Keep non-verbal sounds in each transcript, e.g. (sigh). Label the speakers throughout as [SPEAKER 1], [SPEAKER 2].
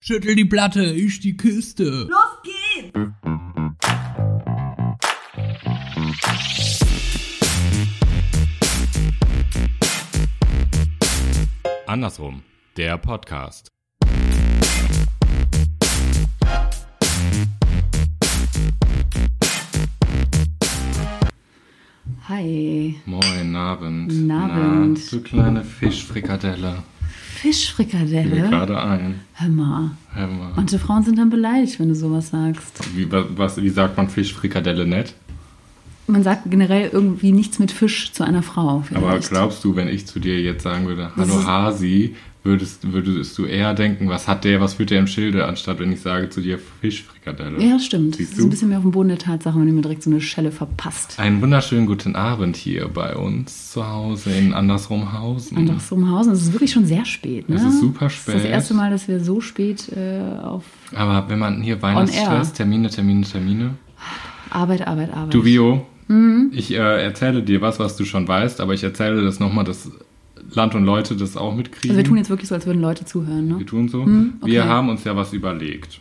[SPEAKER 1] Schüttel die Platte, ich die Kiste.
[SPEAKER 2] Los geht's!
[SPEAKER 3] Andersrum, der Podcast.
[SPEAKER 2] Hi,
[SPEAKER 3] Moin Abend.
[SPEAKER 2] Guten Abend.
[SPEAKER 3] Na, du kleine Fischfrikadelle. Fiel mir
[SPEAKER 2] Fischfrikadelle.
[SPEAKER 3] gerade ein.
[SPEAKER 2] Hör mal,
[SPEAKER 3] Hör mal.
[SPEAKER 2] manche Frauen sind dann beleidigt, wenn du sowas sagst.
[SPEAKER 3] Wie, wa- was, wie sagt man Fischfrikadelle nett?
[SPEAKER 2] Man sagt generell irgendwie nichts mit Fisch zu einer Frau. Vielleicht.
[SPEAKER 3] Aber glaubst du, wenn ich zu dir jetzt sagen würde,
[SPEAKER 2] Das
[SPEAKER 3] hallo
[SPEAKER 2] ist-
[SPEAKER 3] Hasi, würdest, würdest du eher denken, was hat der, was führt der im Schilde, anstatt wenn ich sage zu dir Fischfrikadelle?
[SPEAKER 2] Ja, stimmt. Das
[SPEAKER 3] Siehst
[SPEAKER 2] ist ein
[SPEAKER 3] du?
[SPEAKER 2] bisschen mehr auf dem Boden der Tatsache, wenn du mir direkt so eine Schelle verpasst.
[SPEAKER 3] Einen wunderschönen guten Abend hier bei uns zu Hause in Andersrumhausen.
[SPEAKER 2] Anderes so im Haus. Und es ist wirklich schon sehr spät, ne?
[SPEAKER 3] Es Mhm. ist super
[SPEAKER 2] Das ist das
[SPEAKER 3] spät.
[SPEAKER 2] erste Mal, dass wir so spät äh, auf
[SPEAKER 3] Aber wenn man hier Weihnachtsstress,
[SPEAKER 2] air.
[SPEAKER 3] Termine, Termine, Termine.
[SPEAKER 2] Arbeit, Arbeit, Arbeit. Also
[SPEAKER 3] Du Vio,
[SPEAKER 2] Hm.
[SPEAKER 3] ich äh, erzähle dir was, was du schon weißt, aber ich erzähle das nochmal, dass Land und Leute das auch mitkriegen.
[SPEAKER 2] also wir tun jetzt wirklich so, als würden Leute zuhören, ne?
[SPEAKER 3] Wir tun so.
[SPEAKER 2] okay.
[SPEAKER 3] Wir haben uns ja was überlegt.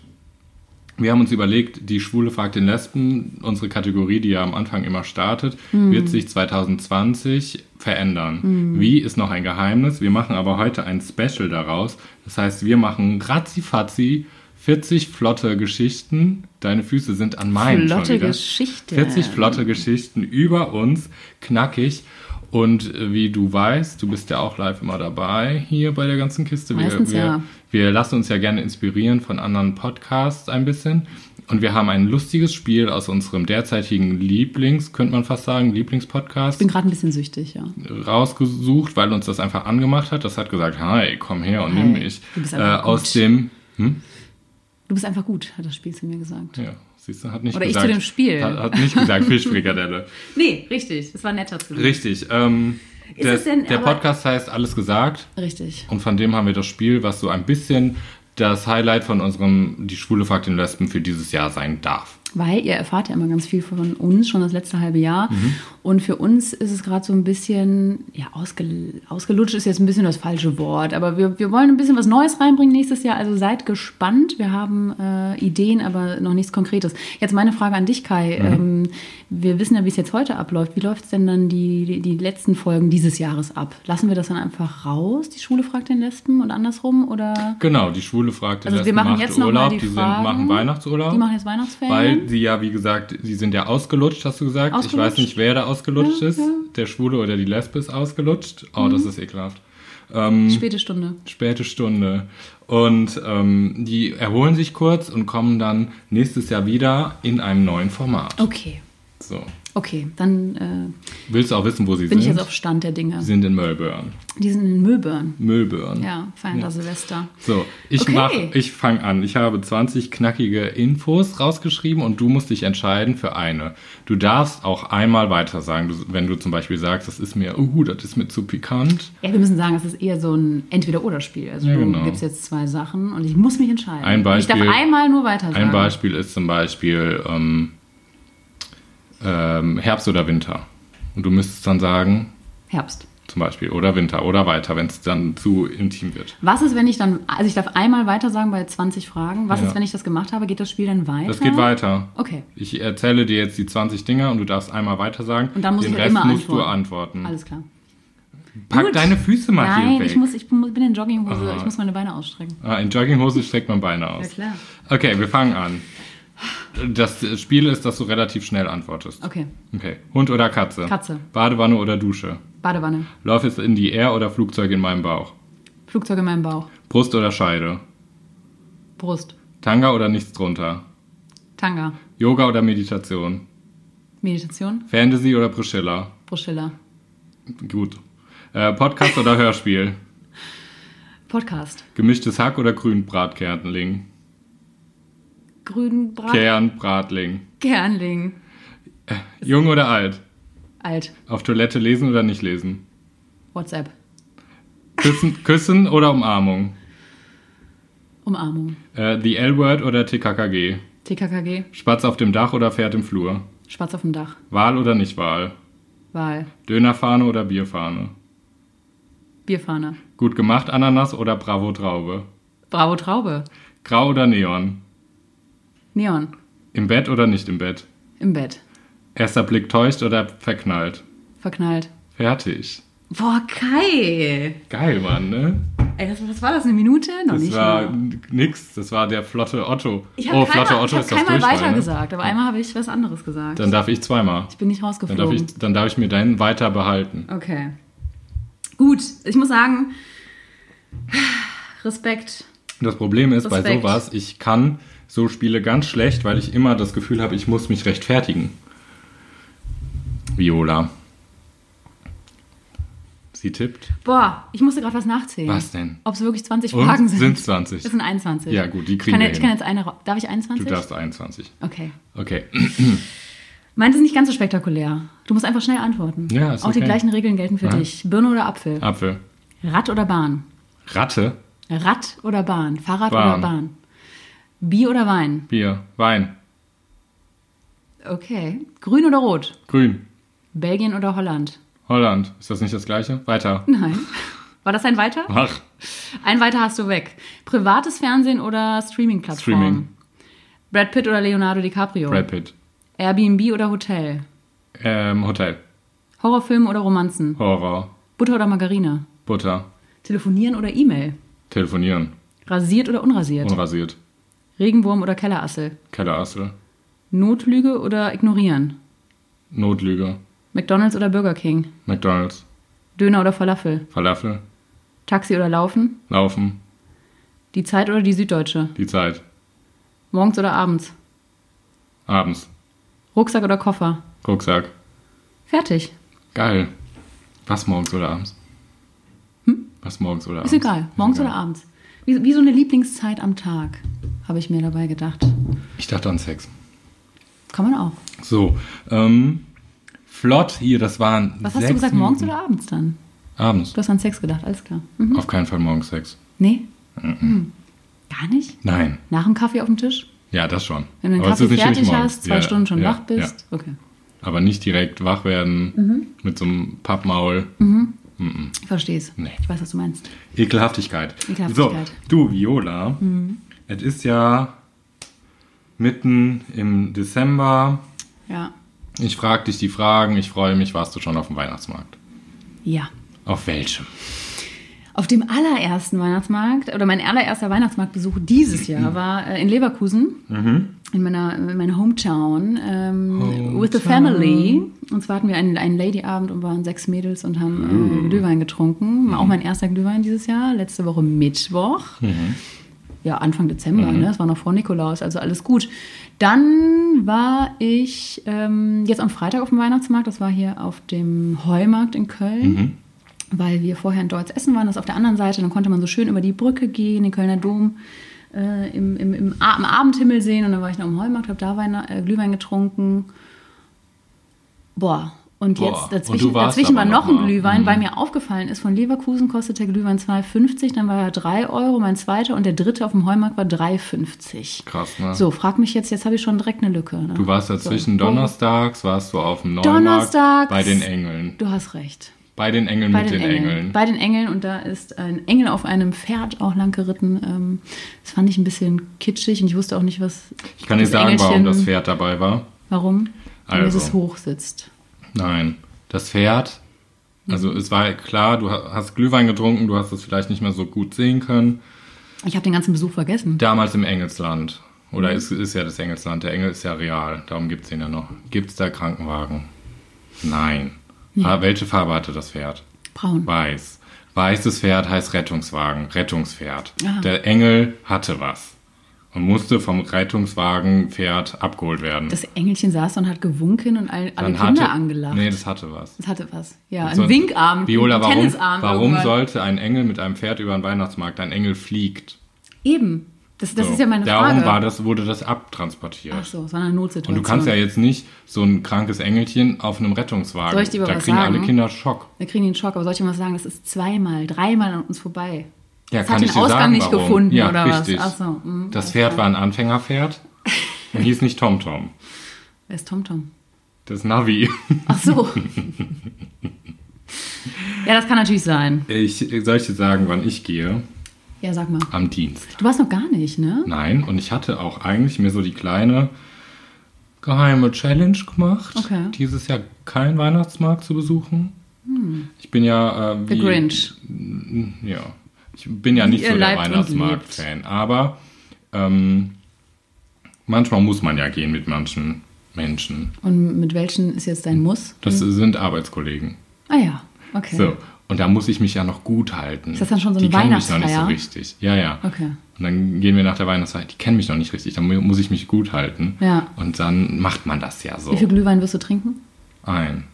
[SPEAKER 3] Wir haben uns überlegt, die Schwule fragt den Lesben, unsere Kategorie, die ja am Anfang immer startet,
[SPEAKER 2] Hm.
[SPEAKER 3] wird sich 2020 verändern. Wie ist noch ein Geheimnis? Wir machen aber heute ein Special daraus. Das heißt, wir machen ratzifatzi 40 flotte Geschichten. Deine Füße sind an meinen schon
[SPEAKER 2] Flotte
[SPEAKER 3] wieder.
[SPEAKER 2] Geschichte.
[SPEAKER 3] 40 flotte Geschichten über uns, knackig. Und äh, wie du weißt, du bist ja auch live immer dabei hier bei der ganzen Kiste. Wir,
[SPEAKER 2] Meistens
[SPEAKER 3] wir,
[SPEAKER 2] ja.
[SPEAKER 3] wir lassen uns ja gerne inspirieren von anderen Podcasts ein bisschen. Und wir haben ein lustiges Spiel aus unserem derzeitigen Lieblings, könnte man fast sagen, Lieblingspodcast
[SPEAKER 2] Ich bin gerade ein bisschen süchtig, ja.
[SPEAKER 3] rausgesucht, weil uns das einfach angemacht hat. Das hat gesagt, hi, komm her und
[SPEAKER 2] Hi,
[SPEAKER 3] nimm mich.
[SPEAKER 2] du bist
[SPEAKER 3] Äh,
[SPEAKER 2] einfach gut.
[SPEAKER 3] aus dem, hm?
[SPEAKER 2] Du bist einfach gut, hat das Spiel zu mir gesagt.
[SPEAKER 3] Ja, siehst du, hat nicht
[SPEAKER 2] Oder ich zu
[SPEAKER 3] gesagt.
[SPEAKER 2] dem Spiel.
[SPEAKER 3] Hat, hat nicht gesagt,
[SPEAKER 2] (laughs)
[SPEAKER 3] Fischfrikadelle.
[SPEAKER 2] Nee, richtig. Das war netter zu
[SPEAKER 3] Richtig. Ähm,
[SPEAKER 2] Ist
[SPEAKER 3] der
[SPEAKER 2] es denn
[SPEAKER 3] der
[SPEAKER 2] aber-
[SPEAKER 3] Podcast heißt Alles gesagt
[SPEAKER 2] Richtig.
[SPEAKER 3] und von dem haben wir das Spiel, was so ein bisschen das Highlight von unserem Die Schwule fragt den Lesben für dieses Jahr sein darf.
[SPEAKER 2] Weil ihr erfahrt ja immer ganz viel von uns, schon das letzte halbe Jahr. Und für uns ist es gerade so ein bisschen, ja, ausgel ausgelutscht ist jetzt ein bisschen das falsche Wort, aber wir, wir wollen ein bisschen was Neues reinbringen nächstes Jahr. Also seid gespannt. Wir haben äh, Ideen, aber noch nichts Konkretes. Jetzt meine Frage an dich, Kai. Ähm, wir wissen ja, wie es jetzt heute abläuft. Wie läuft es denn dann die, die, die letzten Folgen dieses Jahres ab? Lassen wir das dann einfach raus, die Schule fragt den Lesben und andersrum? Oder
[SPEAKER 3] Genau, die Schwule fragt den
[SPEAKER 2] Also wir
[SPEAKER 3] Lesben
[SPEAKER 2] machen
[SPEAKER 3] macht
[SPEAKER 2] jetzt noch mal
[SPEAKER 3] Urlaub,
[SPEAKER 2] die
[SPEAKER 3] die sind,
[SPEAKER 2] Fragen.
[SPEAKER 3] machen Weihnachtsurlaub.
[SPEAKER 2] die machen jetzt Weihnachtsferien?
[SPEAKER 3] weil sie ja, wie gesagt, sie sind ja ausgelutscht, hast du gesagt. Ich
[SPEAKER 2] Ausgelutscht.
[SPEAKER 3] weiß nicht, wer da ausgelutscht
[SPEAKER 2] Ja,
[SPEAKER 3] ist.
[SPEAKER 2] ja. Mhm.
[SPEAKER 3] Der Schwule oder die Lesbe ist ausgelutscht. Oh, das ist ekelhaft. Ähm,
[SPEAKER 2] Späte Stunde.
[SPEAKER 3] späte Stunde. Und ähm, die erholen sich kurz und kommen dann nächstes Jahr wieder in einem neuen Format.
[SPEAKER 2] Okay,
[SPEAKER 3] So.
[SPEAKER 2] okay. Dann äh,
[SPEAKER 3] Willst du auch wissen, wo sie
[SPEAKER 2] bin ich
[SPEAKER 3] sind?
[SPEAKER 2] jetzt auf Stand der Dinge.
[SPEAKER 3] sie sind in Möllbörn.
[SPEAKER 2] Die sind in Möbeln.
[SPEAKER 3] Möllbörn.
[SPEAKER 2] Ja, feiern da Silvester.
[SPEAKER 3] So, ich
[SPEAKER 2] Okay.
[SPEAKER 3] mach, ich fange an. Ich habe 20 knackige Infos rausgeschrieben und du musst dich entscheiden für eine. Du darfst auch einmal weiter sagen, du, wenn du zum Beispiel sagst, das ist mir, uh, das ist mir zu pikant.
[SPEAKER 2] Ja, wir müssen sagen, es ist eher so ein Entweder-Oder-Spiel. Also
[SPEAKER 3] Ja,
[SPEAKER 2] du
[SPEAKER 3] genau.
[SPEAKER 2] gibst jetzt zwei Sachen und ich muss mich entscheiden.
[SPEAKER 3] Ein Beispiel.
[SPEAKER 2] Ich darf einmal nur weiter sagen.
[SPEAKER 3] Ein Beispiel ist zum Beispiel ähm, ähm, Herbst oder Winter. Und du müsstest dann sagen,
[SPEAKER 2] Herbst.
[SPEAKER 3] zum Beispiel, oder Winter oder weiter, wenn es dann zu intim wird.
[SPEAKER 2] Was ist, wenn ich dann, also ich darf einmal weiter sagen bei 20 Fragen. Was
[SPEAKER 3] Ja.
[SPEAKER 2] ist, wenn ich das gemacht habe? Geht das Spiel dann weiter?
[SPEAKER 3] Das geht weiter.
[SPEAKER 2] Okay,
[SPEAKER 3] Ich erzähle dir jetzt die 20 Dinger und du darfst einmal weiter sagen.
[SPEAKER 2] Und dann musst
[SPEAKER 3] Den
[SPEAKER 2] ich
[SPEAKER 3] Rest
[SPEAKER 2] immer
[SPEAKER 3] musst du
[SPEAKER 2] antworten.
[SPEAKER 3] antworten.
[SPEAKER 2] alles klar.
[SPEAKER 3] Pack
[SPEAKER 2] Gut.
[SPEAKER 3] deine Füße mal hier
[SPEAKER 2] Nein,
[SPEAKER 3] weg.
[SPEAKER 2] ich, muss, ich bin in Jogginghose.
[SPEAKER 3] Ah.
[SPEAKER 2] Ich muss meine Beine ausstrecken.
[SPEAKER 3] ah, in Jogginghose streckt man Beine aus.
[SPEAKER 2] Ja, klar.
[SPEAKER 3] Okay, wir fangen an. Das Spiel ist, dass du relativ schnell antwortest.
[SPEAKER 2] Okay,
[SPEAKER 3] Okay. Hund oder Katze?
[SPEAKER 2] Katze.
[SPEAKER 3] Badewanne oder Dusche?
[SPEAKER 2] Badewanne,
[SPEAKER 3] Lauf ist in die Air oder Flugzeug in meinem Bauch?
[SPEAKER 2] Flugzeug in meinem Bauch,
[SPEAKER 3] Brust oder Scheide?
[SPEAKER 2] Brust,
[SPEAKER 3] Tanga oder nichts drunter?
[SPEAKER 2] Tanga,
[SPEAKER 3] Yoga oder Meditation?
[SPEAKER 2] Meditation,
[SPEAKER 3] Fantasy oder Priscilla?
[SPEAKER 2] Bruschilla,
[SPEAKER 3] Gut. Äh, Podcast oder Hörspiel?
[SPEAKER 2] Podcast,
[SPEAKER 3] Gemischtes Hack oder Grünbratkernling?
[SPEAKER 2] Grünbrat,
[SPEAKER 3] Kernbratling.
[SPEAKER 2] Kernling,
[SPEAKER 3] Jung oder alt?
[SPEAKER 2] alt,
[SPEAKER 3] Auf Toilette lesen oder nicht lesen?
[SPEAKER 2] WhatsApp,
[SPEAKER 3] Küssen, (laughs) küssen oder Umarmung?
[SPEAKER 2] Umarmung,
[SPEAKER 3] Äh, the L-Word oder TKKG?
[SPEAKER 2] TKKG,
[SPEAKER 3] Spatz auf dem Dach oder Pferd im Flur?
[SPEAKER 2] Schwarz auf dem Dach,
[SPEAKER 3] Wahl oder Nichtwahl?
[SPEAKER 2] Wahl,
[SPEAKER 3] Dönerfahne oder Bierfahne?
[SPEAKER 2] Bierfahne,
[SPEAKER 3] Gut gemacht, Ananas oder Bravo Traube?
[SPEAKER 2] Bravo Traube,
[SPEAKER 3] Grau oder Neon?
[SPEAKER 2] Neon.
[SPEAKER 3] Im Bett oder nicht im Bett?
[SPEAKER 2] Im Bett.
[SPEAKER 3] Erster Blick täuscht oder verknallt?
[SPEAKER 2] Verknallt.
[SPEAKER 3] Fertig.
[SPEAKER 2] Boah, Kai.
[SPEAKER 3] Geil, Mann, ne?
[SPEAKER 2] Ey, was, was war das? Eine Minute? Noch
[SPEAKER 3] Das
[SPEAKER 2] nicht.
[SPEAKER 3] war
[SPEAKER 2] ne?
[SPEAKER 3] nix, das war der flotte Otto.
[SPEAKER 2] Ich habe
[SPEAKER 3] Oh, flotte
[SPEAKER 2] keinmal,
[SPEAKER 3] Otto
[SPEAKER 2] ich hab
[SPEAKER 3] ist das
[SPEAKER 2] keinmal
[SPEAKER 3] Durchfall, ne?
[SPEAKER 2] weitergesagt, aber einmal habe ich was anderes gesagt.
[SPEAKER 3] Dann darf ich zweimal.
[SPEAKER 2] ich bin nicht
[SPEAKER 3] Dann darf
[SPEAKER 2] rausgeflogen.
[SPEAKER 3] ich, dann darf ich mir deinen weiter behalten.
[SPEAKER 2] Okay. Gut, ich muss sagen, Respekt.
[SPEAKER 3] Das Problem ist bei
[SPEAKER 2] Respekt.
[SPEAKER 3] sowas, ich kann so Spiele ganz schlecht, weil ich immer das Gefühl habe, ich muss mich rechtfertigen. Viola. Sie tippt.
[SPEAKER 2] Boah, ich musste gerade was nachzählen.
[SPEAKER 3] Was denn?
[SPEAKER 2] Ob es wirklich 20
[SPEAKER 3] Und
[SPEAKER 2] Fragen sind.
[SPEAKER 3] sind's 20?
[SPEAKER 2] Das sind 21.
[SPEAKER 3] Ja, gut, die
[SPEAKER 2] Ich
[SPEAKER 3] kriegen
[SPEAKER 2] kann,
[SPEAKER 3] wir
[SPEAKER 2] ich
[SPEAKER 3] hin.
[SPEAKER 2] kann jetzt eine. ra- Darf ich 21?
[SPEAKER 3] Du darfst 21.
[SPEAKER 2] Okay.
[SPEAKER 3] Okay.
[SPEAKER 2] Meins ist nicht ganz so spektakulär. Du musst einfach schnell antworten.
[SPEAKER 3] Ja, ist
[SPEAKER 2] Auch die
[SPEAKER 3] okay.
[SPEAKER 2] gleichen Regeln gelten für
[SPEAKER 3] Aha.
[SPEAKER 2] dich. Birne oder Apfel?
[SPEAKER 3] Apfel.
[SPEAKER 2] Rad oder Bahn?
[SPEAKER 3] Ratte.
[SPEAKER 2] Rad oder Bahn? Fahrrad
[SPEAKER 3] Bahn.
[SPEAKER 2] oder Bahn? Bier oder Wein?
[SPEAKER 3] Bier. Wein.
[SPEAKER 2] Okay. Grün oder Rot?
[SPEAKER 3] Grün.
[SPEAKER 2] Belgien oder Holland?
[SPEAKER 3] Holland. Ist das nicht das gleiche? Weiter.
[SPEAKER 2] Nein. (laughs) War das ein Weiter?
[SPEAKER 3] Ach.
[SPEAKER 2] Ein Weiter hast du weg. Privates Fernsehen oder Streaming-Plattform?
[SPEAKER 3] Streaming.
[SPEAKER 2] Brad Pitt oder Leonardo DiCaprio?
[SPEAKER 3] Brad Pitt.
[SPEAKER 2] Airbnb oder Hotel?
[SPEAKER 3] Ähm, Hotel.
[SPEAKER 2] Horrorfilme oder Romanzen?
[SPEAKER 3] Horror.
[SPEAKER 2] Butter oder Margarine?
[SPEAKER 3] Butter.
[SPEAKER 2] Telefonieren oder E-Mail?
[SPEAKER 3] Telefonieren.
[SPEAKER 2] Rasiert oder unrasiert?
[SPEAKER 3] Unrasiert.
[SPEAKER 2] Regenwurm oder Kellerassel?
[SPEAKER 3] Kellerassel.
[SPEAKER 2] Notlüge oder ignorieren?
[SPEAKER 3] Notlüge.
[SPEAKER 2] McDonalds oder Burger King?
[SPEAKER 3] McDonalds.
[SPEAKER 2] Döner oder Falafel?
[SPEAKER 3] Falafel.
[SPEAKER 2] Taxi oder Laufen?
[SPEAKER 3] Laufen.
[SPEAKER 2] Die Zeit oder die Süddeutsche?
[SPEAKER 3] Die Zeit.
[SPEAKER 2] Morgens oder abends?
[SPEAKER 3] Abends.
[SPEAKER 2] Rucksack oder Koffer?
[SPEAKER 3] Rucksack.
[SPEAKER 2] Fertig.
[SPEAKER 3] Geil. Was morgens oder abends? Was morgens oder abends?
[SPEAKER 2] Hm? Ist egal, morgens
[SPEAKER 3] egal.
[SPEAKER 2] oder abends. Wie, wie so eine Lieblingszeit am Tag, habe ich mir dabei gedacht.
[SPEAKER 3] Ich dachte an Sex.
[SPEAKER 2] Kann man auch.
[SPEAKER 3] So. Ähm, flott hier, das waren.
[SPEAKER 2] Was hast
[SPEAKER 3] sechs
[SPEAKER 2] du gesagt, morgens
[SPEAKER 3] Minuten.
[SPEAKER 2] oder abends dann?
[SPEAKER 3] Abends.
[SPEAKER 2] Du hast an Sex gedacht, alles klar. Hm?
[SPEAKER 3] Auf keinen Fall morgens Sex.
[SPEAKER 2] Nee? Hm. Gar nicht?
[SPEAKER 3] Nein.
[SPEAKER 2] Nach dem Kaffee auf dem Tisch?
[SPEAKER 3] Ja, das schon.
[SPEAKER 2] Wenn du den
[SPEAKER 3] Aber es
[SPEAKER 2] Kaffee
[SPEAKER 3] ist nicht
[SPEAKER 2] fertig
[SPEAKER 3] wirklich morgens.
[SPEAKER 2] hast, zwei
[SPEAKER 3] Ja,
[SPEAKER 2] Stunden schon
[SPEAKER 3] ja,
[SPEAKER 2] wach bist? Mhm.
[SPEAKER 3] Ja.
[SPEAKER 2] Okay,
[SPEAKER 3] Aber nicht direkt wach werden mit so einem Pappmaul.
[SPEAKER 2] ich verstehe es.
[SPEAKER 3] Nee.
[SPEAKER 2] Ich weiß, was du meinst.
[SPEAKER 3] Ekelhaftigkeit.
[SPEAKER 2] Ekelhaftigkeit.
[SPEAKER 3] So,
[SPEAKER 2] Mhm.
[SPEAKER 3] du, Viola, es ist ja mitten im Dezember.
[SPEAKER 2] Ja.
[SPEAKER 3] Ich frage dich die Fragen, ich freue mich, warst du schon auf dem Weihnachtsmarkt?
[SPEAKER 2] Ja.
[SPEAKER 3] Auf welchem?
[SPEAKER 2] Auf dem allerersten Weihnachtsmarkt, oder mein allererster Weihnachtsmarktbesuch dieses Jahr war äh, in Leverkusen, in, meiner, in meiner Hometown, ähm, with the family. Und zwar hatten wir einen, einen Ladyabend und waren sechs Mädels und haben äh, Glühwein getrunken. War Auch mein erster Glühwein dieses Jahr, letzte Woche Mittwoch. Ja, Anfang Dezember,
[SPEAKER 3] Mhm.
[SPEAKER 2] ne? das war noch vor Nikolaus, also alles gut. Dann war ich ähm, jetzt am Freitag auf dem Weihnachtsmarkt, das war hier auf dem Heumarkt in Köln
[SPEAKER 3] Mhm.
[SPEAKER 2] weil wir vorher in Deutz essen waren, das ist auf der anderen Seite, dann konnte man so schön über die Brücke gehen, den Kölner Dom äh, im, im, im, A- am Abendhimmel sehen und dann war ich noch im Heumarkt, habe da Wein, äh, Glühwein getrunken. Boah, und
[SPEAKER 3] Boah,
[SPEAKER 2] jetzt
[SPEAKER 3] und
[SPEAKER 2] dazwischen,
[SPEAKER 3] du warst
[SPEAKER 2] dazwischen war
[SPEAKER 3] aber
[SPEAKER 2] noch
[SPEAKER 3] noch
[SPEAKER 2] ein
[SPEAKER 3] mal.
[SPEAKER 2] Glühwein, weil mir aufgefallen ist, von Leverkusen kostet der Glühwein 2,50, dann war er 3 Euro, mein zweiter und der dritte auf dem Heumarkt war 3,50.
[SPEAKER 3] Krass, ne?
[SPEAKER 2] So, frag mich jetzt, jetzt habe ich schon direkt eine Lücke. Ne?
[SPEAKER 3] Du warst ja
[SPEAKER 2] So.
[SPEAKER 3] zwischen donnerstags, warst du auf dem Neumarkt
[SPEAKER 2] Donnerstags.
[SPEAKER 3] bei den Engeln.
[SPEAKER 2] Oh, Du hast recht.
[SPEAKER 3] Bei den Engeln
[SPEAKER 2] Bei
[SPEAKER 3] mit
[SPEAKER 2] den,
[SPEAKER 3] den,
[SPEAKER 2] Engeln.
[SPEAKER 3] Engeln.
[SPEAKER 2] Bei den Engeln und da ist ein Engel auf einem Pferd auch lang geritten. Ähm, Das fand ich ein bisschen kitschig und ich wusste auch nicht, was.
[SPEAKER 3] Ich kann dir
[SPEAKER 2] das
[SPEAKER 3] sagen, warum
[SPEAKER 2] Engelchen-
[SPEAKER 3] das Pferd dabei war.
[SPEAKER 2] Warum? Weil
[SPEAKER 3] Also.
[SPEAKER 2] es hoch sitzt.
[SPEAKER 3] Nein, das Pferd.
[SPEAKER 2] Hm.
[SPEAKER 3] Also es war klar, du ha- hast Glühwein getrunken, du hast es vielleicht nicht mehr so gut sehen können.
[SPEAKER 2] Ich habe den ganzen Besuch vergessen.
[SPEAKER 3] Damals im Engelsland.
[SPEAKER 2] Mhm.
[SPEAKER 3] Oder es ist ja das Engelsland. Der Engel ist ja real. Darum gibt es ihn ja noch. Gibt es da Krankenwagen? Nein.
[SPEAKER 2] Mhm.
[SPEAKER 3] Ah, welche Farbe hatte das Pferd?
[SPEAKER 2] Braun.
[SPEAKER 3] Weiß. Weißes Pferd heißt Rettungswagen. Rettungspferd.
[SPEAKER 2] Aha.
[SPEAKER 3] Der Engel hatte was. Und musste vom Rettungswagenpferd abgeholt werden.
[SPEAKER 2] Das Engelchen saß da und hat gewunken und all, alle
[SPEAKER 3] Dann
[SPEAKER 2] Kinder angelacht.
[SPEAKER 3] Nee, das hatte was.
[SPEAKER 2] Das hatte was. Ja,
[SPEAKER 3] So
[SPEAKER 2] ein Winkarm,
[SPEAKER 3] Viola,
[SPEAKER 2] ein
[SPEAKER 3] warum,
[SPEAKER 2] Tennisarm.
[SPEAKER 3] warum
[SPEAKER 2] irgendwann.
[SPEAKER 3] sollte ein Engel mit einem Pferd über den Weihnachtsmarkt? Ein Engel fliegt.
[SPEAKER 2] Eben. Das, das
[SPEAKER 3] So.
[SPEAKER 2] ist ja meine
[SPEAKER 3] Darum
[SPEAKER 2] Frage.
[SPEAKER 3] war das, wurde das abtransportiert.
[SPEAKER 2] Ach so, es war eine
[SPEAKER 3] Und
[SPEAKER 2] Notsituation.
[SPEAKER 3] du kannst ja jetzt nicht so ein krankes Engelchen auf einem Rettungswagen.
[SPEAKER 2] Soll ich dir mal
[SPEAKER 3] da
[SPEAKER 2] was
[SPEAKER 3] kriegen
[SPEAKER 2] sagen?
[SPEAKER 3] alle Kinder Schock.
[SPEAKER 2] Wir kriegen den Schock, aber soll ich dir mal sagen, das ist zweimal, dreimal an uns vorbei.
[SPEAKER 3] Ja,
[SPEAKER 2] das
[SPEAKER 3] kann
[SPEAKER 2] hat
[SPEAKER 3] ich
[SPEAKER 2] den
[SPEAKER 3] dir
[SPEAKER 2] Ausgang
[SPEAKER 3] sagen,
[SPEAKER 2] nicht
[SPEAKER 3] warum.
[SPEAKER 2] gefunden
[SPEAKER 3] ja,
[SPEAKER 2] oder
[SPEAKER 3] richtig.
[SPEAKER 2] was? Ach so, mhm,
[SPEAKER 3] das
[SPEAKER 2] alles
[SPEAKER 3] Pferd
[SPEAKER 2] klar.
[SPEAKER 3] war ein Anfängerpferd und hieß nicht TomTom.
[SPEAKER 2] Wer ist TomTom?
[SPEAKER 3] Das Navi. (laughs)
[SPEAKER 2] Ach so. ja, das kann natürlich sein.
[SPEAKER 3] Ich, soll ich dir sagen, wann ich gehe?
[SPEAKER 2] Ja, sag mal.
[SPEAKER 3] am Dienst.
[SPEAKER 2] Du warst noch gar nicht, ne?
[SPEAKER 3] Nein, und ich hatte auch eigentlich mir so die kleine geheime Challenge gemacht,
[SPEAKER 2] Okay.
[SPEAKER 3] dieses Jahr keinen Weihnachtsmarkt zu besuchen. Ich bin ja äh, wie,
[SPEAKER 2] Hm. The Grinch.
[SPEAKER 3] Ja, ich bin ja
[SPEAKER 2] Wie
[SPEAKER 3] nicht
[SPEAKER 2] ihr
[SPEAKER 3] so der
[SPEAKER 2] leibt und
[SPEAKER 3] Weihnachtsmarkt-Fan, aber ähm, manchmal muss man ja gehen mit manchen Menschen.
[SPEAKER 2] Und mit welchen ist jetzt dein Muss?
[SPEAKER 3] Das sind Arbeitskollegen.
[SPEAKER 2] Ah ja, Mhm. okay.
[SPEAKER 3] So. Und da muss ich mich ja noch gut halten.
[SPEAKER 2] Ist das dann schon so
[SPEAKER 3] die
[SPEAKER 2] eine
[SPEAKER 3] kennen mich noch nicht so
[SPEAKER 2] Weihnachtsfeier?
[SPEAKER 3] richtig. Ja, ja.
[SPEAKER 2] Okay.
[SPEAKER 3] Und dann gehen wir nach der Weihnachtsfeier. Die kennen mich noch nicht richtig. Dann mu- muss ich mich gut halten.
[SPEAKER 2] Ja.
[SPEAKER 3] Und dann macht man das ja so.
[SPEAKER 2] Wie viel Glühwein wirst du trinken?
[SPEAKER 3] Ein.